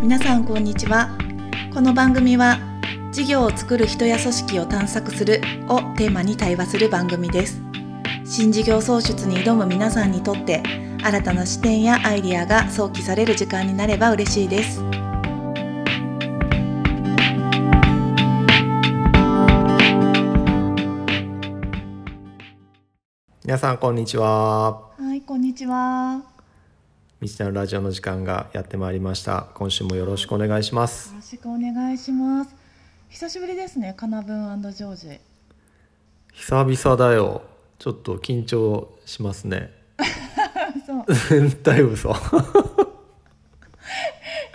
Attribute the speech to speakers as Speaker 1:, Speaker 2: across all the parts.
Speaker 1: 皆さんこんにちはこの番組は事業を作る人や組織を探索するをテーマに対話する番組です新事業創出に挑む皆さんにとって新たな視点やアイディアが想起される時間になれば嬉しいです
Speaker 2: 皆さんこんにちは
Speaker 1: はいこんにちは
Speaker 2: 道のラジオの時間がやってまいりました今週もよろしくお願いします
Speaker 1: よろしくお願いします久しぶりですねかなぶんジョージ
Speaker 2: 久々だよちょっと緊張しますね
Speaker 1: そ
Speaker 2: だいぶそう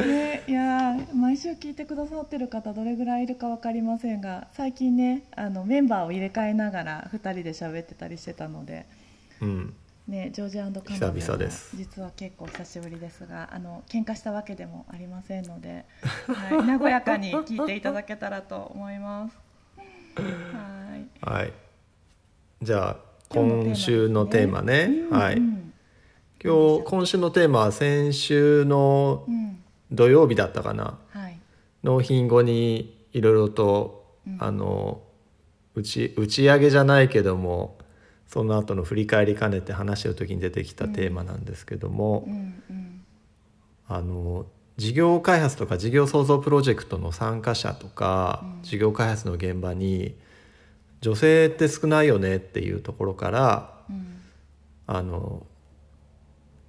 Speaker 1: う、ね、いやー毎週聞いてくださってる方どれぐらいいるか分かりませんが最近ねあのメンバーを入れ替えながら2人で喋ってたりしてたので
Speaker 2: うん
Speaker 1: ね、ジョージカナ
Speaker 2: 久々です
Speaker 1: 実は結構久しぶりですがあの喧嘩したわけでもありませんので、はい、和やかに聞いていただけたらと思います。はい
Speaker 2: はいじゃあ今週のテーマねはい、
Speaker 1: うん
Speaker 2: 今日今週のテーマは先週の
Speaker 1: うん
Speaker 2: 土曜日だったかな
Speaker 1: はい
Speaker 2: 納品後にいろいろと、
Speaker 1: うん
Speaker 2: あの打ち打ち上げじゃないけどもその後の振り返り兼ねて話してる時に出てきたテーマなんですけども、
Speaker 1: うんうん
Speaker 2: あの事業開発とか事業創造プロジェクトの参加者とか、
Speaker 1: うん
Speaker 2: 事業開発の現場に女性って少ないよねっていうところから
Speaker 1: うん
Speaker 2: あの、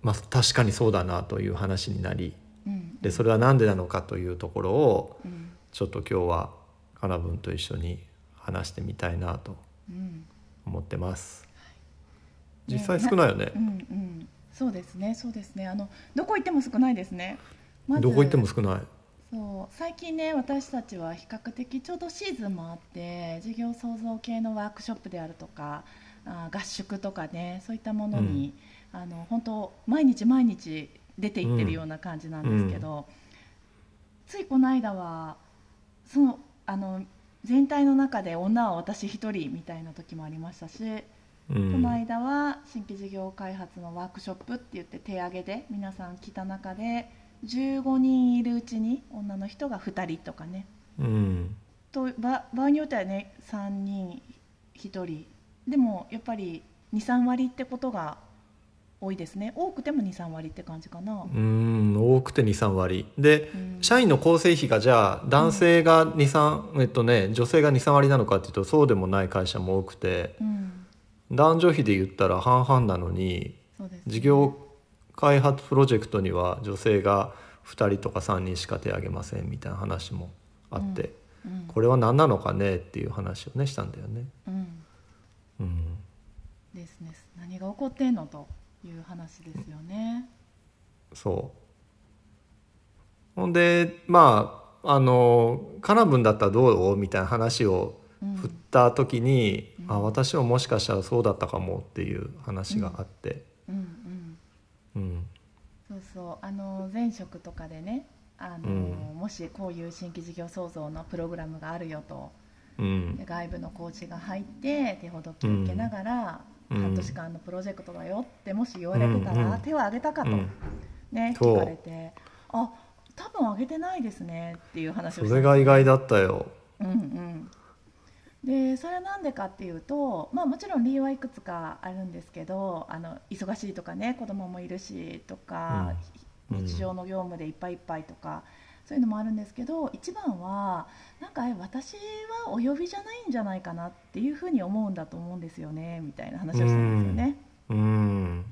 Speaker 2: まあ、確かにそうだなという話になり
Speaker 1: うん
Speaker 2: でそれは何でなのかというところを
Speaker 1: うん
Speaker 2: ちょっと今日はかなぶんと一緒に話してみたいなと
Speaker 1: うん
Speaker 2: 思ってます。
Speaker 1: ね
Speaker 2: 実際少ないよね
Speaker 1: う。んうんそうですねそうですねあのどこ行っても少ないですね。まず
Speaker 2: どこ行っても少ない。
Speaker 1: そう最近ね私たちは比較的ちょうどシーズンもあって事業創造系のワークショップであるとかあー合宿とかねそういったものに、あの本当毎日毎日出ていってるような感じなんですけど、ついこの間はそのあの全体の中で女は私一人みたいな時もありましたし、
Speaker 2: う
Speaker 1: この
Speaker 2: ん。
Speaker 1: 間は新規事業開発のワークショップって言って手挙げで皆さん来た中で15人いるうちに女の人が2人とかね
Speaker 2: うん。
Speaker 1: とば場合によってはね3人1人でもやっぱり23割ってことが多いですね多くても23割って感じかな、
Speaker 2: うん。多くて二三割。で、
Speaker 1: うん
Speaker 2: 社員の構成費がじゃあ男性が二三、えっとね女性が二三割なのかっていうとそうでもない会社も多くて、
Speaker 1: うん、
Speaker 2: 男女比で言ったら半々なのに
Speaker 1: そうですね
Speaker 2: 事業開発プロジェクトには女性が二人とか三人しか手挙げませんみたいな話もあって。
Speaker 1: うん
Speaker 2: これは何なのかねっていう話をねしたんだよね。
Speaker 1: うん
Speaker 2: うん、
Speaker 1: ですね何が起こってんのという話ですよね
Speaker 2: そうほんでまああのカナブンだったらどうみたいな話を
Speaker 1: うん
Speaker 2: 振った時に、
Speaker 1: うん
Speaker 2: あ私ももしかしたらそうだったかもっていう話があって、
Speaker 1: うんうん
Speaker 2: うん
Speaker 1: そうそうあの前職とかでねあの、
Speaker 2: うん
Speaker 1: もしこういう新規事業創造のプログラムがあるよと
Speaker 2: うん
Speaker 1: で外部のコーチが入って手ほどきを受けながら、
Speaker 2: うん
Speaker 1: 半年間のプロジェクトだよってもし言われてたら、
Speaker 2: うんうん
Speaker 1: 手は挙げたか
Speaker 2: う
Speaker 1: と、
Speaker 2: ん、
Speaker 1: ね
Speaker 2: そう
Speaker 1: 聞かれてあ多分挙げてないですねっていう話
Speaker 2: そ
Speaker 1: を
Speaker 2: れが意外だったよ。
Speaker 1: うんうん、でそれはなんでかっていうと、まあ、もちろん理由はいくつかあるんですけどあの忙しいとかね子供もいるしとか、
Speaker 2: うんうん
Speaker 1: 日常の業務でいっぱいいっぱいとかそういうのもあるんですけど一番はなんかえ私はお呼びじゃないんじゃないかなっていうふうに思うんだと思うんですよねみたいな話をしたんですよね。
Speaker 2: うん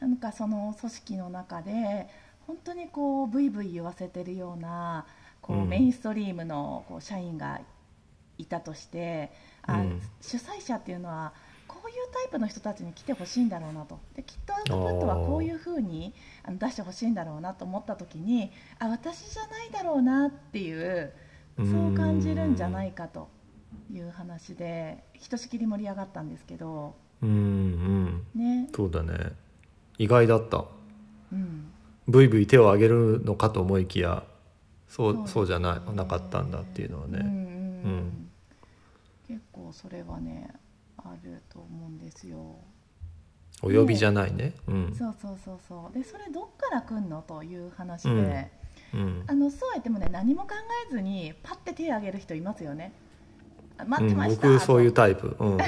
Speaker 1: なんかその組織の中で本当にこうブイブイ言わせてるようなこう
Speaker 2: うん
Speaker 1: メインストリームのこう社員がいたとして、あ
Speaker 2: うん
Speaker 1: 主催者っていうのはこういうタイプの人たちに来てほしいんだろうなとできっとアウトプットはこういうふうにあの出してほしいんだろうなと思った時にあ私じゃないだろうなっていうそう感じるんじゃないかという話でひとしきり盛り上がったんですけど
Speaker 2: うんうん
Speaker 1: ね。
Speaker 2: そうだね意外だった。
Speaker 1: うん
Speaker 2: ブイブイ手を挙げるのかと思いきやそうそう,、
Speaker 1: そうですね
Speaker 2: じゃないなかったんだっていうのは
Speaker 1: うん
Speaker 2: ね、
Speaker 1: うんう
Speaker 2: うんん、
Speaker 1: 結構それはねあると思うんですよ。
Speaker 2: お呼びじゃないね、うん
Speaker 1: そうそうそうそうでそれどっから来んのという話で、
Speaker 2: うんうん
Speaker 1: あのそうは言ってもね何も考えずにパッて手を挙げる人いますよねあ
Speaker 2: う
Speaker 1: 待って
Speaker 2: ん、
Speaker 1: ました、
Speaker 2: 僕そういう
Speaker 1: と
Speaker 2: タイプ、うんうん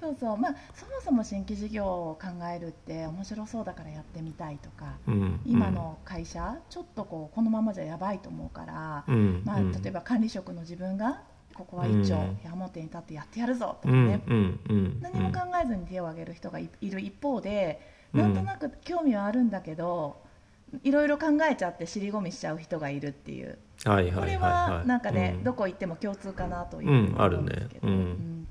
Speaker 1: そうそうまあそもそも新規事業を考えるって面白そうだからやってみたいとか
Speaker 2: うん、
Speaker 1: 今の会社、ちょっとこうこのままじゃやばいと思うから、
Speaker 2: うん、うん、
Speaker 1: まあ、例えば管理職の自分がここは一丁
Speaker 2: うん
Speaker 1: 矢面に立ってやってやるぞと
Speaker 2: う
Speaker 1: か
Speaker 2: ん、
Speaker 1: ね、
Speaker 2: うんうん、
Speaker 1: 何も考えずに手を挙げる人がいいる一方で
Speaker 2: うん
Speaker 1: なんとなく興味はあるんだけどいろいろ考えちゃって尻込みしちゃう人がいるっていう
Speaker 2: はいはい
Speaker 1: こ
Speaker 2: はい
Speaker 1: れ
Speaker 2: は
Speaker 1: はいなんかね、
Speaker 2: うん
Speaker 1: どこ行っても共通かなという
Speaker 2: う
Speaker 1: ふ
Speaker 2: ん
Speaker 1: うに思うんですけど、
Speaker 2: あるねうん
Speaker 1: うん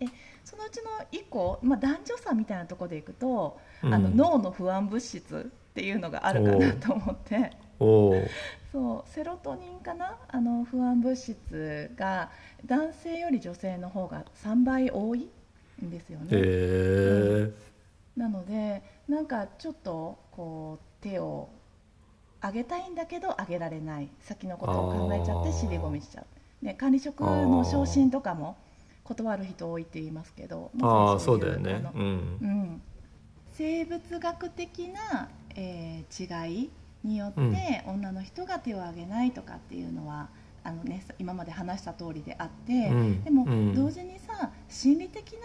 Speaker 1: でそのうちの1個、まあ、男女差みたいなところでいくと、
Speaker 2: うん
Speaker 1: あの脳の不安物質っていうのがあるかなと思って。
Speaker 2: おー
Speaker 1: そうセロトニンかなあの不安物質が男性より女性の方が3倍多いんですよね、
Speaker 2: へえ
Speaker 1: なのでなんかちょっとこう手を上げたいんだけど上げられない先のことを考えちゃって
Speaker 2: あー
Speaker 1: 尻込みしちゃう、ね、管理職の昇進とかも断る人多いって言いますけど
Speaker 2: ああ
Speaker 1: まさ
Speaker 2: そ
Speaker 1: に
Speaker 2: うだよ
Speaker 1: い
Speaker 2: ね
Speaker 1: あの
Speaker 2: うん
Speaker 1: うん、生物学的な、えー違いによって、
Speaker 2: うん
Speaker 1: 女の人が手を挙げないとかっていうのはあの、ね、今まで話した通りであって、
Speaker 2: うん
Speaker 1: でも、
Speaker 2: うん
Speaker 1: 同時にさ心理的な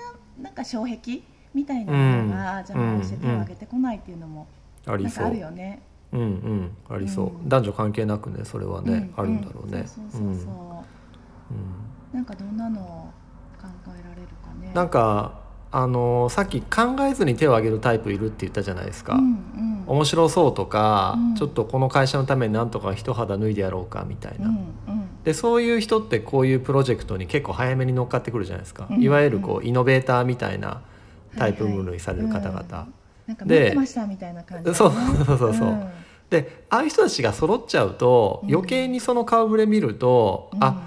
Speaker 1: なんか障壁みたいなものが邪魔をして手を挙げてこないっていうのも、
Speaker 2: あり
Speaker 1: なん
Speaker 2: そ
Speaker 1: かある
Speaker 2: う
Speaker 1: よね。
Speaker 2: うんうんありそううん男女関係なくねそれはね
Speaker 1: う
Speaker 2: あるんだろうね
Speaker 1: そう
Speaker 2: う
Speaker 1: そうそ
Speaker 2: ん
Speaker 1: う
Speaker 2: う
Speaker 1: そう、
Speaker 2: ん
Speaker 1: なんかどんなのを考えられるかね。
Speaker 2: なんかあのーさっき考えずに手を挙げるタイプいるって言ったじゃないですか
Speaker 1: うんうん
Speaker 2: 面白そうとか
Speaker 1: うん
Speaker 2: ちょっとこの会社のためになんとか一肌脱いでやろうかみたい
Speaker 1: うん
Speaker 2: な
Speaker 1: うん
Speaker 2: でそういう人ってこういうプロジェクトに結構早めに乗っかってくるじゃないですか
Speaker 1: うん
Speaker 2: いわゆるこうイノベーターみたいなタイプ
Speaker 1: はいはい
Speaker 2: 分類される方々、
Speaker 1: うんなんか
Speaker 2: で
Speaker 1: 待ってましたみたいな感じだね、
Speaker 2: そうそうそうそう
Speaker 1: うん
Speaker 2: でああいう人たちが揃っちゃうと
Speaker 1: うん
Speaker 2: 余計にその顔ぶれ見ると、あ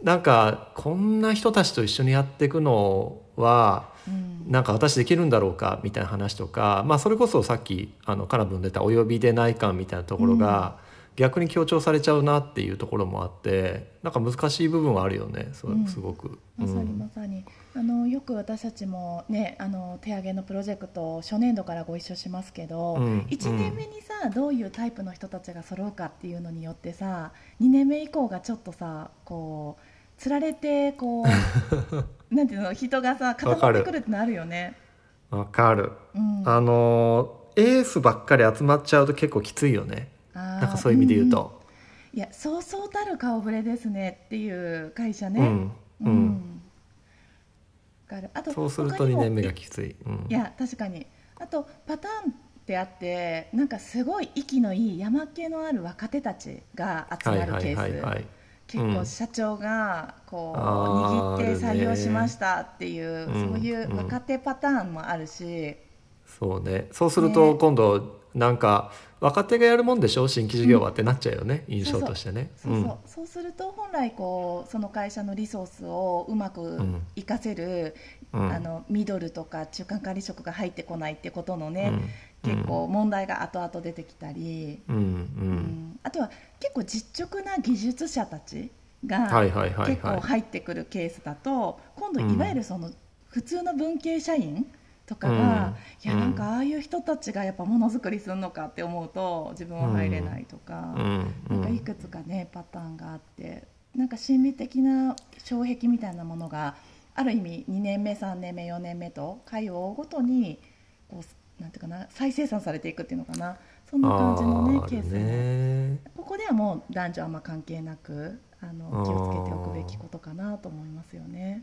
Speaker 1: うん
Speaker 2: なんかこんな人たちと一緒にやっていくのは
Speaker 1: うん
Speaker 2: なんか私できるんだろうかみたいな話とか、まあ、それこそさっきあのカナブン出た「お呼びでない感」みたいなところが逆に強調されちゃうなっていうところもあってなんか難しい部分はあるよねそう
Speaker 1: うん
Speaker 2: すごく。
Speaker 1: まさに
Speaker 2: うん
Speaker 1: まさに、あのよく私たちもねあの手上げのプロジェクトを初年度からご一緒しますけど、
Speaker 2: うん
Speaker 1: 1年目にさどういうタイプの人たちが揃うかっていうのによってさ2年目以降がちょっとさこうつられてこう なんていうの人がさ固まってくるってのあるよね。
Speaker 2: わかる
Speaker 1: うん、
Speaker 2: あのエースばっかり集まっちゃうと結構きついよね
Speaker 1: な
Speaker 2: なんかそういう意味で言うと。
Speaker 1: いやそうそうたる顔ぶれですねっていう会社
Speaker 2: う
Speaker 1: ね。
Speaker 2: ん
Speaker 1: う
Speaker 2: うんん
Speaker 1: わかるあと
Speaker 2: そうする
Speaker 1: 他
Speaker 2: と
Speaker 1: に
Speaker 2: 2
Speaker 1: も
Speaker 2: 年目がきつい。うん
Speaker 1: いや確かにあとパターンってあってなんかすごい息のいい山っ気のある若手たちが集
Speaker 2: はい
Speaker 1: まる
Speaker 2: はい
Speaker 1: ケース、
Speaker 2: はいはい。
Speaker 1: 結
Speaker 2: う
Speaker 1: 構
Speaker 2: ん
Speaker 1: 社長がこう握
Speaker 2: あー
Speaker 1: って採用しましたっていう、
Speaker 2: あるね
Speaker 1: そうい
Speaker 2: んうん
Speaker 1: う若手パターンもあるし、
Speaker 2: そうね。そうすると
Speaker 1: ね
Speaker 2: 今度なんか若手がやるもんでしょ新規事業はってなっちゃうよね、印象としてね。
Speaker 1: そうそうそうすると本来こうその会社のリソースをうまく
Speaker 2: ん
Speaker 1: 活かせる、
Speaker 2: うんうん
Speaker 1: あのミドルとか中間管理職が入ってこないってことの
Speaker 2: う
Speaker 1: ね、
Speaker 2: ん
Speaker 1: 結構問題が後々出てきたり。
Speaker 2: うんう
Speaker 1: うんんあとは結構実直な技術者たち
Speaker 2: うん。は
Speaker 1: が
Speaker 2: いはいはい
Speaker 1: 結構
Speaker 2: は
Speaker 1: 入ってくるケースだと今度
Speaker 2: うん
Speaker 1: いわゆるその普通の文系社員とかが、
Speaker 2: うん
Speaker 1: いや
Speaker 2: うん
Speaker 1: なんかああいう人たちがやっぱものづくりするのかって思うと自分は入れないと
Speaker 2: い。
Speaker 1: か
Speaker 2: う、んう
Speaker 1: なんかい
Speaker 2: ん。
Speaker 1: くつかねパターンがあってなんか心理的な障壁みたいなものがある意味2年目3年目4年目と回を追うごとにこうなんていうかな再生産されていくっていうのかなそんな感じのね
Speaker 2: あー
Speaker 1: ケースも
Speaker 2: ね。
Speaker 1: ここではもう男女あんま関係なくあの
Speaker 2: あー
Speaker 1: 気をつけておくべきことかなと思いますよね。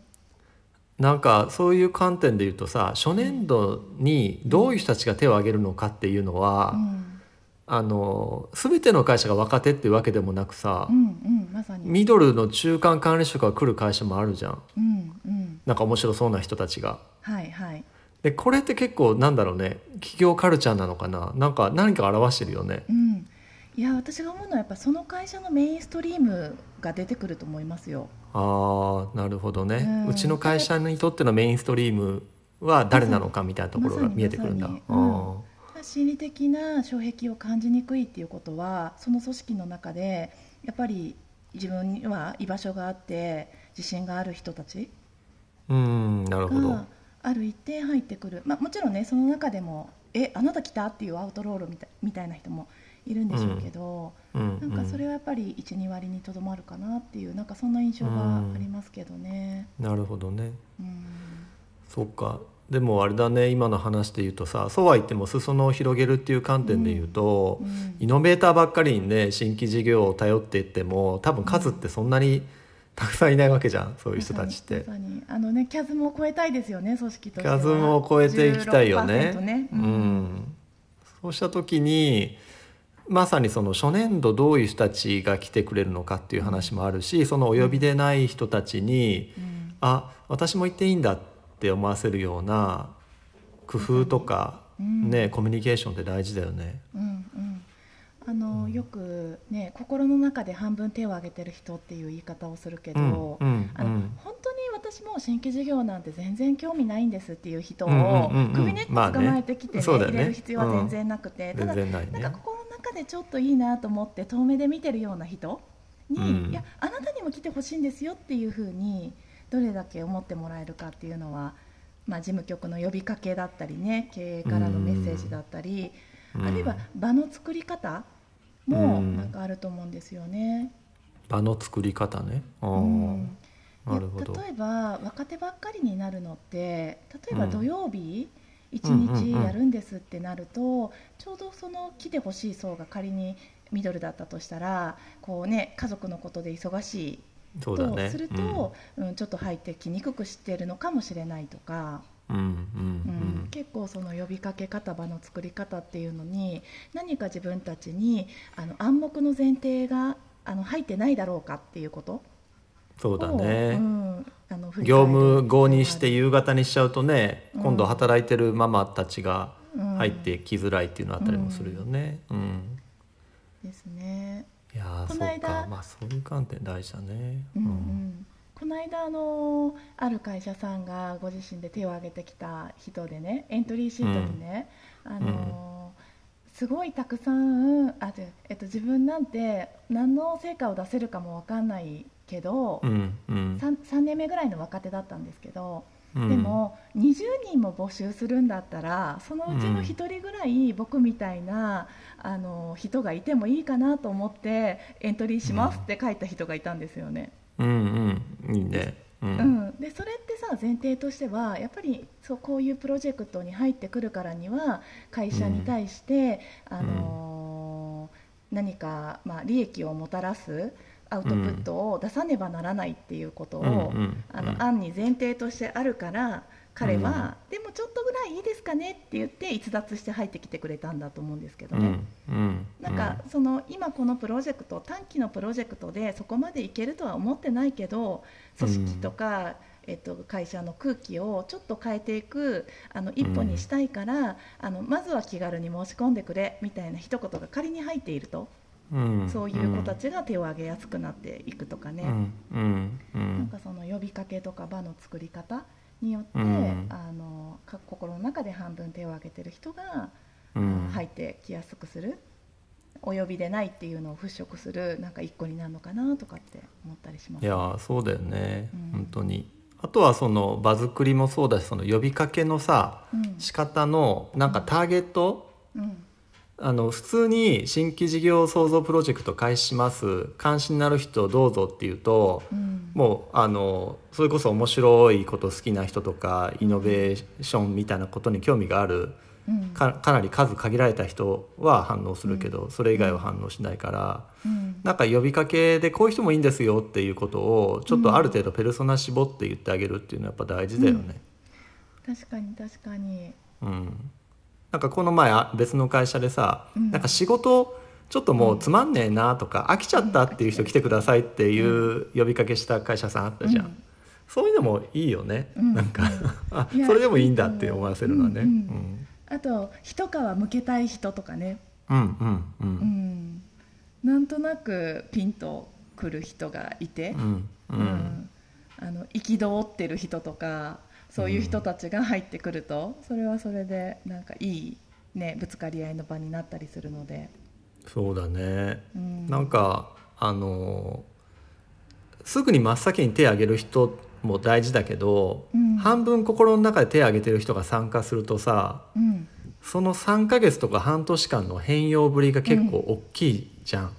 Speaker 2: なんかそういう観点で言うとさ初年度にどういう人たちが手を挙げるのかっていうのは、
Speaker 1: うん、
Speaker 2: あの全ての会社が若手っていうわけでもなくさ、
Speaker 1: うん、うん、まさに。
Speaker 2: ミドルの中間管理職が来る会社もあるじゃん
Speaker 1: うん、うん、
Speaker 2: なんか面白そうな人たちが
Speaker 1: はい、はい。
Speaker 2: でこれって結構なんだろうね企業カルチャーなのかななんか何か表してるよね
Speaker 1: うん。いや、私が思うのは、やっぱその会社のメインストリームが出てくると思いますよ。
Speaker 2: ああなるほどね、
Speaker 1: うん
Speaker 2: うちの会社にとってのメインストリームは誰なのかみたいなところが
Speaker 1: まさに
Speaker 2: 見えてくるんだ、
Speaker 1: まさに
Speaker 2: あー
Speaker 1: 心理的な障壁を感じにくいっていうことは、その組織の中で、やっぱり自分には居場所があって、自信がある人たち
Speaker 2: うんなるほど、
Speaker 1: がある一定入ってくる、まあ、もちろんねその中でも「えあなた来た?」っていうアウトロールみたいみたいな人もいるんでしょうけど、
Speaker 2: うんう
Speaker 1: なんかそれ
Speaker 2: ん
Speaker 1: はやっぱり12割にとどまるかなっていうなんかそんな印象がありますけどね。
Speaker 2: なるほどね
Speaker 1: うん
Speaker 2: そっかでもあれだね今の話で言うとさそうは言っても裾野を広げるっていう観点で言うと、
Speaker 1: うん
Speaker 2: イノベーターばっかりにね新規事業を頼っていっても多分数ってそんなにたくさんいないわけじゃんそういう人たちっ
Speaker 1: ま
Speaker 2: て。
Speaker 1: さにまさにあのねキャズムを超えたいですよね組織としては
Speaker 2: 数も超えていきたいよね
Speaker 1: 16%ね
Speaker 2: う
Speaker 1: うん
Speaker 2: ん、そうした時にまさにその初年度どういう人たちが来てくれるのかっていう話もあるしそのお呼びでない人たちに、
Speaker 1: うん
Speaker 2: あ私も行っていいんだって思わせるような工夫とか、
Speaker 1: うん
Speaker 2: ねコミュニケーションって大事だよね。
Speaker 1: うんうんあのよくね心の中で半分手を挙げてる人っていう言い方をするけど、
Speaker 2: うんうん
Speaker 1: あの本当に私も新規事業なんて全然興味ないんですっていう人
Speaker 2: うんうん
Speaker 1: を
Speaker 2: うんうん
Speaker 1: 首根っこ捕まえてきて、ね
Speaker 2: まあねそうだよ
Speaker 1: 入
Speaker 2: ね
Speaker 1: れる必要は全然なくて、
Speaker 2: うん
Speaker 1: ただ
Speaker 2: 全然ないね
Speaker 1: なんか心の中でちょっといいなと思って遠目で見てるような人に、
Speaker 2: うん
Speaker 1: いやあなたにも来てほしいんですよっていうふうにどれだけ思ってもらえるかっていうのは、まあ、事務局の呼びかけだったりね経営からのメッセージだったり、
Speaker 2: うん
Speaker 1: あるいは場の作り方も
Speaker 2: うん
Speaker 1: なんかあると思うんですよね。
Speaker 2: 場の作り方ね。あー
Speaker 1: うん
Speaker 2: なるほど
Speaker 1: いや例えば若手ばっかりになるのって例えば
Speaker 2: うん
Speaker 1: 土曜日一
Speaker 2: うんうんうん
Speaker 1: 日やるんですってなると、ちょうどその来てほしい層が仮にミドルだったとしたらこう、ね、家族のことで忙しい
Speaker 2: そうだ
Speaker 1: と
Speaker 2: ね。
Speaker 1: すると、うんちょっと入ってきにくくしてるのかもしれないとか、
Speaker 2: うんうん
Speaker 1: う
Speaker 2: うんん
Speaker 1: 結構その呼びかけ方場の作り方っていうのに何か自分たちにあの暗黙の前提があの入ってないだろうかっていうこと。
Speaker 2: そうだ
Speaker 1: を
Speaker 2: ね
Speaker 1: う。ん、あの振り返
Speaker 2: 業
Speaker 1: る
Speaker 2: 務後にして夕方にしちゃうとね、
Speaker 1: うん
Speaker 2: 今度働いてるママたちが
Speaker 1: うん
Speaker 2: 入ってきづらいっていうのあったりもするよね。うん
Speaker 1: ですね。
Speaker 2: いやー
Speaker 1: こ
Speaker 2: そう
Speaker 1: の間
Speaker 2: かまあそういう観点大事だね。
Speaker 1: うんうん。この間あのある会社さんがご自身で手を挙げてきた人でねエントリーシートでね、あのすごいたくさんあ違うえっと自分なんて何の成果を出せるかもわかんないけど、
Speaker 2: うんうん
Speaker 1: 三3年目ぐらいの若手だったんですけど、
Speaker 2: うん
Speaker 1: でも20人も募集するんだったらそのうちの1人ぐらい僕みたいな、あの人がいてもいいかなと思ってエントリーしますって書いた人がいたんですよね。
Speaker 2: うんうんいいね。う
Speaker 1: うんん、でそれってさ前提としてはやっぱりそうこういうプロジェクトに入ってくるからには会社に対して、あのー何か、まあ、利益をもたらすアウトプットを出さねばならないっていうことを、
Speaker 2: うんうん
Speaker 1: あ
Speaker 2: うん
Speaker 1: の案に前提としてあるから彼は、でもちょっとぐらいいいですかねって言って逸脱して入ってきてくれたんだと思うんですけど
Speaker 2: う
Speaker 1: ね、
Speaker 2: んうん
Speaker 1: なんか、その今このプロジェクト短期のプロジェクトでそこまでいけるとは思ってないけど組織とか、えっと、会社の空気をちょっと変えていくあの一歩にしたいから、あのまずは気軽に申し込んでくれみたいな一言が仮に入っていると、
Speaker 2: うん
Speaker 1: そういう子たちが手を挙げやすくなっていくとかね。
Speaker 2: うんうんう
Speaker 1: なん
Speaker 2: ん
Speaker 1: かその呼びかけとか場の作り方によって、
Speaker 2: うん
Speaker 1: あのか心の中で半分手を挙げてる人が、
Speaker 2: うん
Speaker 1: 入ってきやすくするお呼びでないっていうのを払拭するなんか一個になるのかなとかって思ったりします
Speaker 2: いやーそうだよね、
Speaker 1: うん
Speaker 2: 本当にあとはその場作りもそうだしその呼びかけのさ
Speaker 1: うん
Speaker 2: 仕方のなんかターゲット、
Speaker 1: うん
Speaker 2: あの普通に新規事業創造プロジェクト開始します関心のある人どうぞっていうと、
Speaker 1: うん
Speaker 2: もうあのそれこそ面白いこと好きな人とかイノベーションみたいなことに興味がある
Speaker 1: うん
Speaker 2: かかなり数限られた人は反応するけど、それ以外は反応しないから。
Speaker 1: うん
Speaker 2: なんか呼びかけでこういう人もいいんですよっていうことをちょっとある程度ペルソナ絞って言ってあげるっていうのはやっぱ大事だよね。
Speaker 1: 確かに確かに
Speaker 2: うんなんかこの前あ別の会社でさ、
Speaker 1: うん
Speaker 2: なんか仕事ちょっともうつまんねえなとか、飽きちゃったっていう人来てくださいっていう呼びかけした会社さんあったじゃん、
Speaker 1: うん
Speaker 2: そういうのもいいよね、
Speaker 1: うん
Speaker 2: なんかあ
Speaker 1: いや
Speaker 2: それでもいいんだって思わせるのはね。
Speaker 1: うんあと一皮むけたい人とかね、
Speaker 2: うんうんう
Speaker 1: うんん、なんとなくピンとくる人がいて、
Speaker 2: うんうん
Speaker 1: うんあの憤ってる人とかそういう人たちが入ってくると、それはそれでなんかいい、ね、ぶつかり合いの場になったりするので、
Speaker 2: そうだね
Speaker 1: うん、
Speaker 2: なんかあのすぐに真っ先に手を挙げる人も大事だけど、
Speaker 1: うん
Speaker 2: 半分心の中で手を挙げてる人が参加するとさ
Speaker 1: うん
Speaker 2: その3ヶ月とか半年間の変容ぶりが結構大きいじゃん、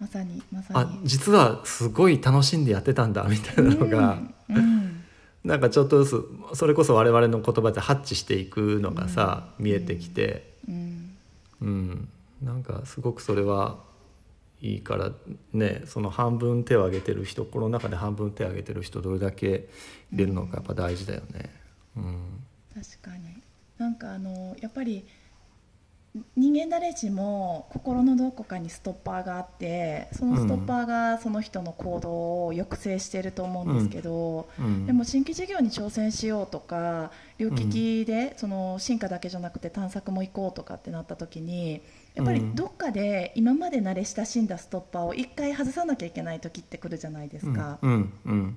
Speaker 1: まさにまさ
Speaker 2: あ
Speaker 1: に
Speaker 2: 実はすごい楽しんでやってたんだみたいなのが、
Speaker 1: うんうん
Speaker 2: なんかちょっとずつそれこそ我々の言葉でハッチしていくのがさ、見えてきて、
Speaker 1: うん
Speaker 2: うん、なんかすごくそれはいいからねその半分手を挙げてる人この中で半分手を挙げてる人どれだけ入れるのかやっぱ大事だよね。うん
Speaker 1: 確かになんかあのやっぱり人間誰しも心のどこかにストッパーがあってそのストッパーがその人の行動を抑制してると思うんですけど、
Speaker 2: うん
Speaker 1: でも新規事業に挑戦しようとか両利きでその進化だけじゃなくて探索も行こうとかってなった時にやっぱり
Speaker 2: うん
Speaker 1: どっかで今まで慣れ親しんだストッパーを一回外さなきゃいけない時ってくるじゃないですか。
Speaker 2: うんうんうん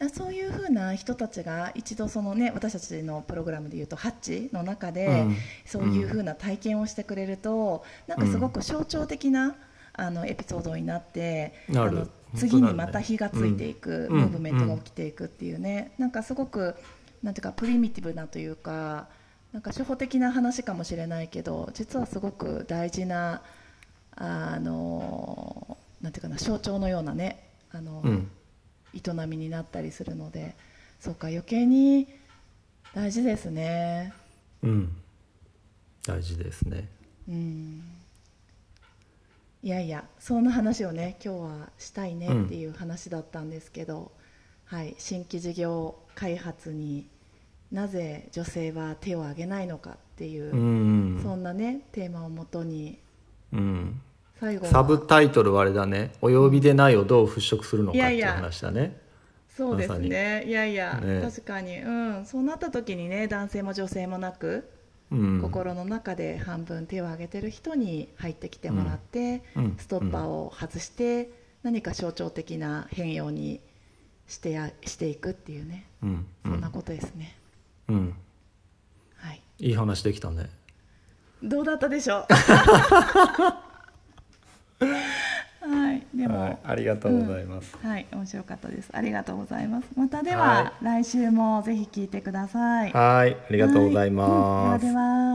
Speaker 1: だからそういうふうな人たちが一度そのね私たちのプログラムでいうとハッチの中で、
Speaker 2: うん
Speaker 1: そういうふうな体験をしてくれると、なんかすごく象徴的なあのエピソードになって
Speaker 2: なる
Speaker 1: あの
Speaker 2: 本当
Speaker 1: 次
Speaker 2: な
Speaker 1: に
Speaker 2: るね
Speaker 1: また火がついていく、
Speaker 2: うん
Speaker 1: ムーブメントが起きていくっていうね、なんかすごくなんていうかプリミティブなというかなんか初歩的な話かもしれないけど実はすごく大事なあのなんていうかな象徴のようなねあの、
Speaker 2: うん
Speaker 1: 営みになったりするのでそうか余計に大事ですね。
Speaker 2: うん大事ですね。
Speaker 1: うんいやいやそんな話をね今日はしたいねっていう話だったんですけど、はい、新規事業開発になぜ女性は手を挙げないのかっていう、
Speaker 2: うん
Speaker 1: そんなねテーマをもとに
Speaker 2: うん
Speaker 1: 最後は
Speaker 2: サブタイトルはあれだね「お呼びでないをどう払拭するのか」っ
Speaker 1: いやい
Speaker 2: ていう
Speaker 1: や
Speaker 2: 話だね。
Speaker 1: そうですねいやいや、
Speaker 2: ね
Speaker 1: 確かに、うん、そうなった時にね男性も女性もなく
Speaker 2: うん
Speaker 1: 心の中で半分手を挙げてる人に入ってきてもらって、
Speaker 2: うんうん
Speaker 1: ストッパーを外して、何か象徴的な変容にしてやしていくっていうね
Speaker 2: うんう
Speaker 1: そんなんことですね、
Speaker 2: うん
Speaker 1: はい
Speaker 2: いい話できたね。
Speaker 1: どうだったでしょ うはいでも、はい
Speaker 2: ありがと
Speaker 1: うござい
Speaker 2: ます。
Speaker 1: 面白かったですありがとうございますまたでは、
Speaker 2: は
Speaker 1: 来週もぜひ聞いてください
Speaker 2: はい、ありがとうございます。
Speaker 1: はいうんではでは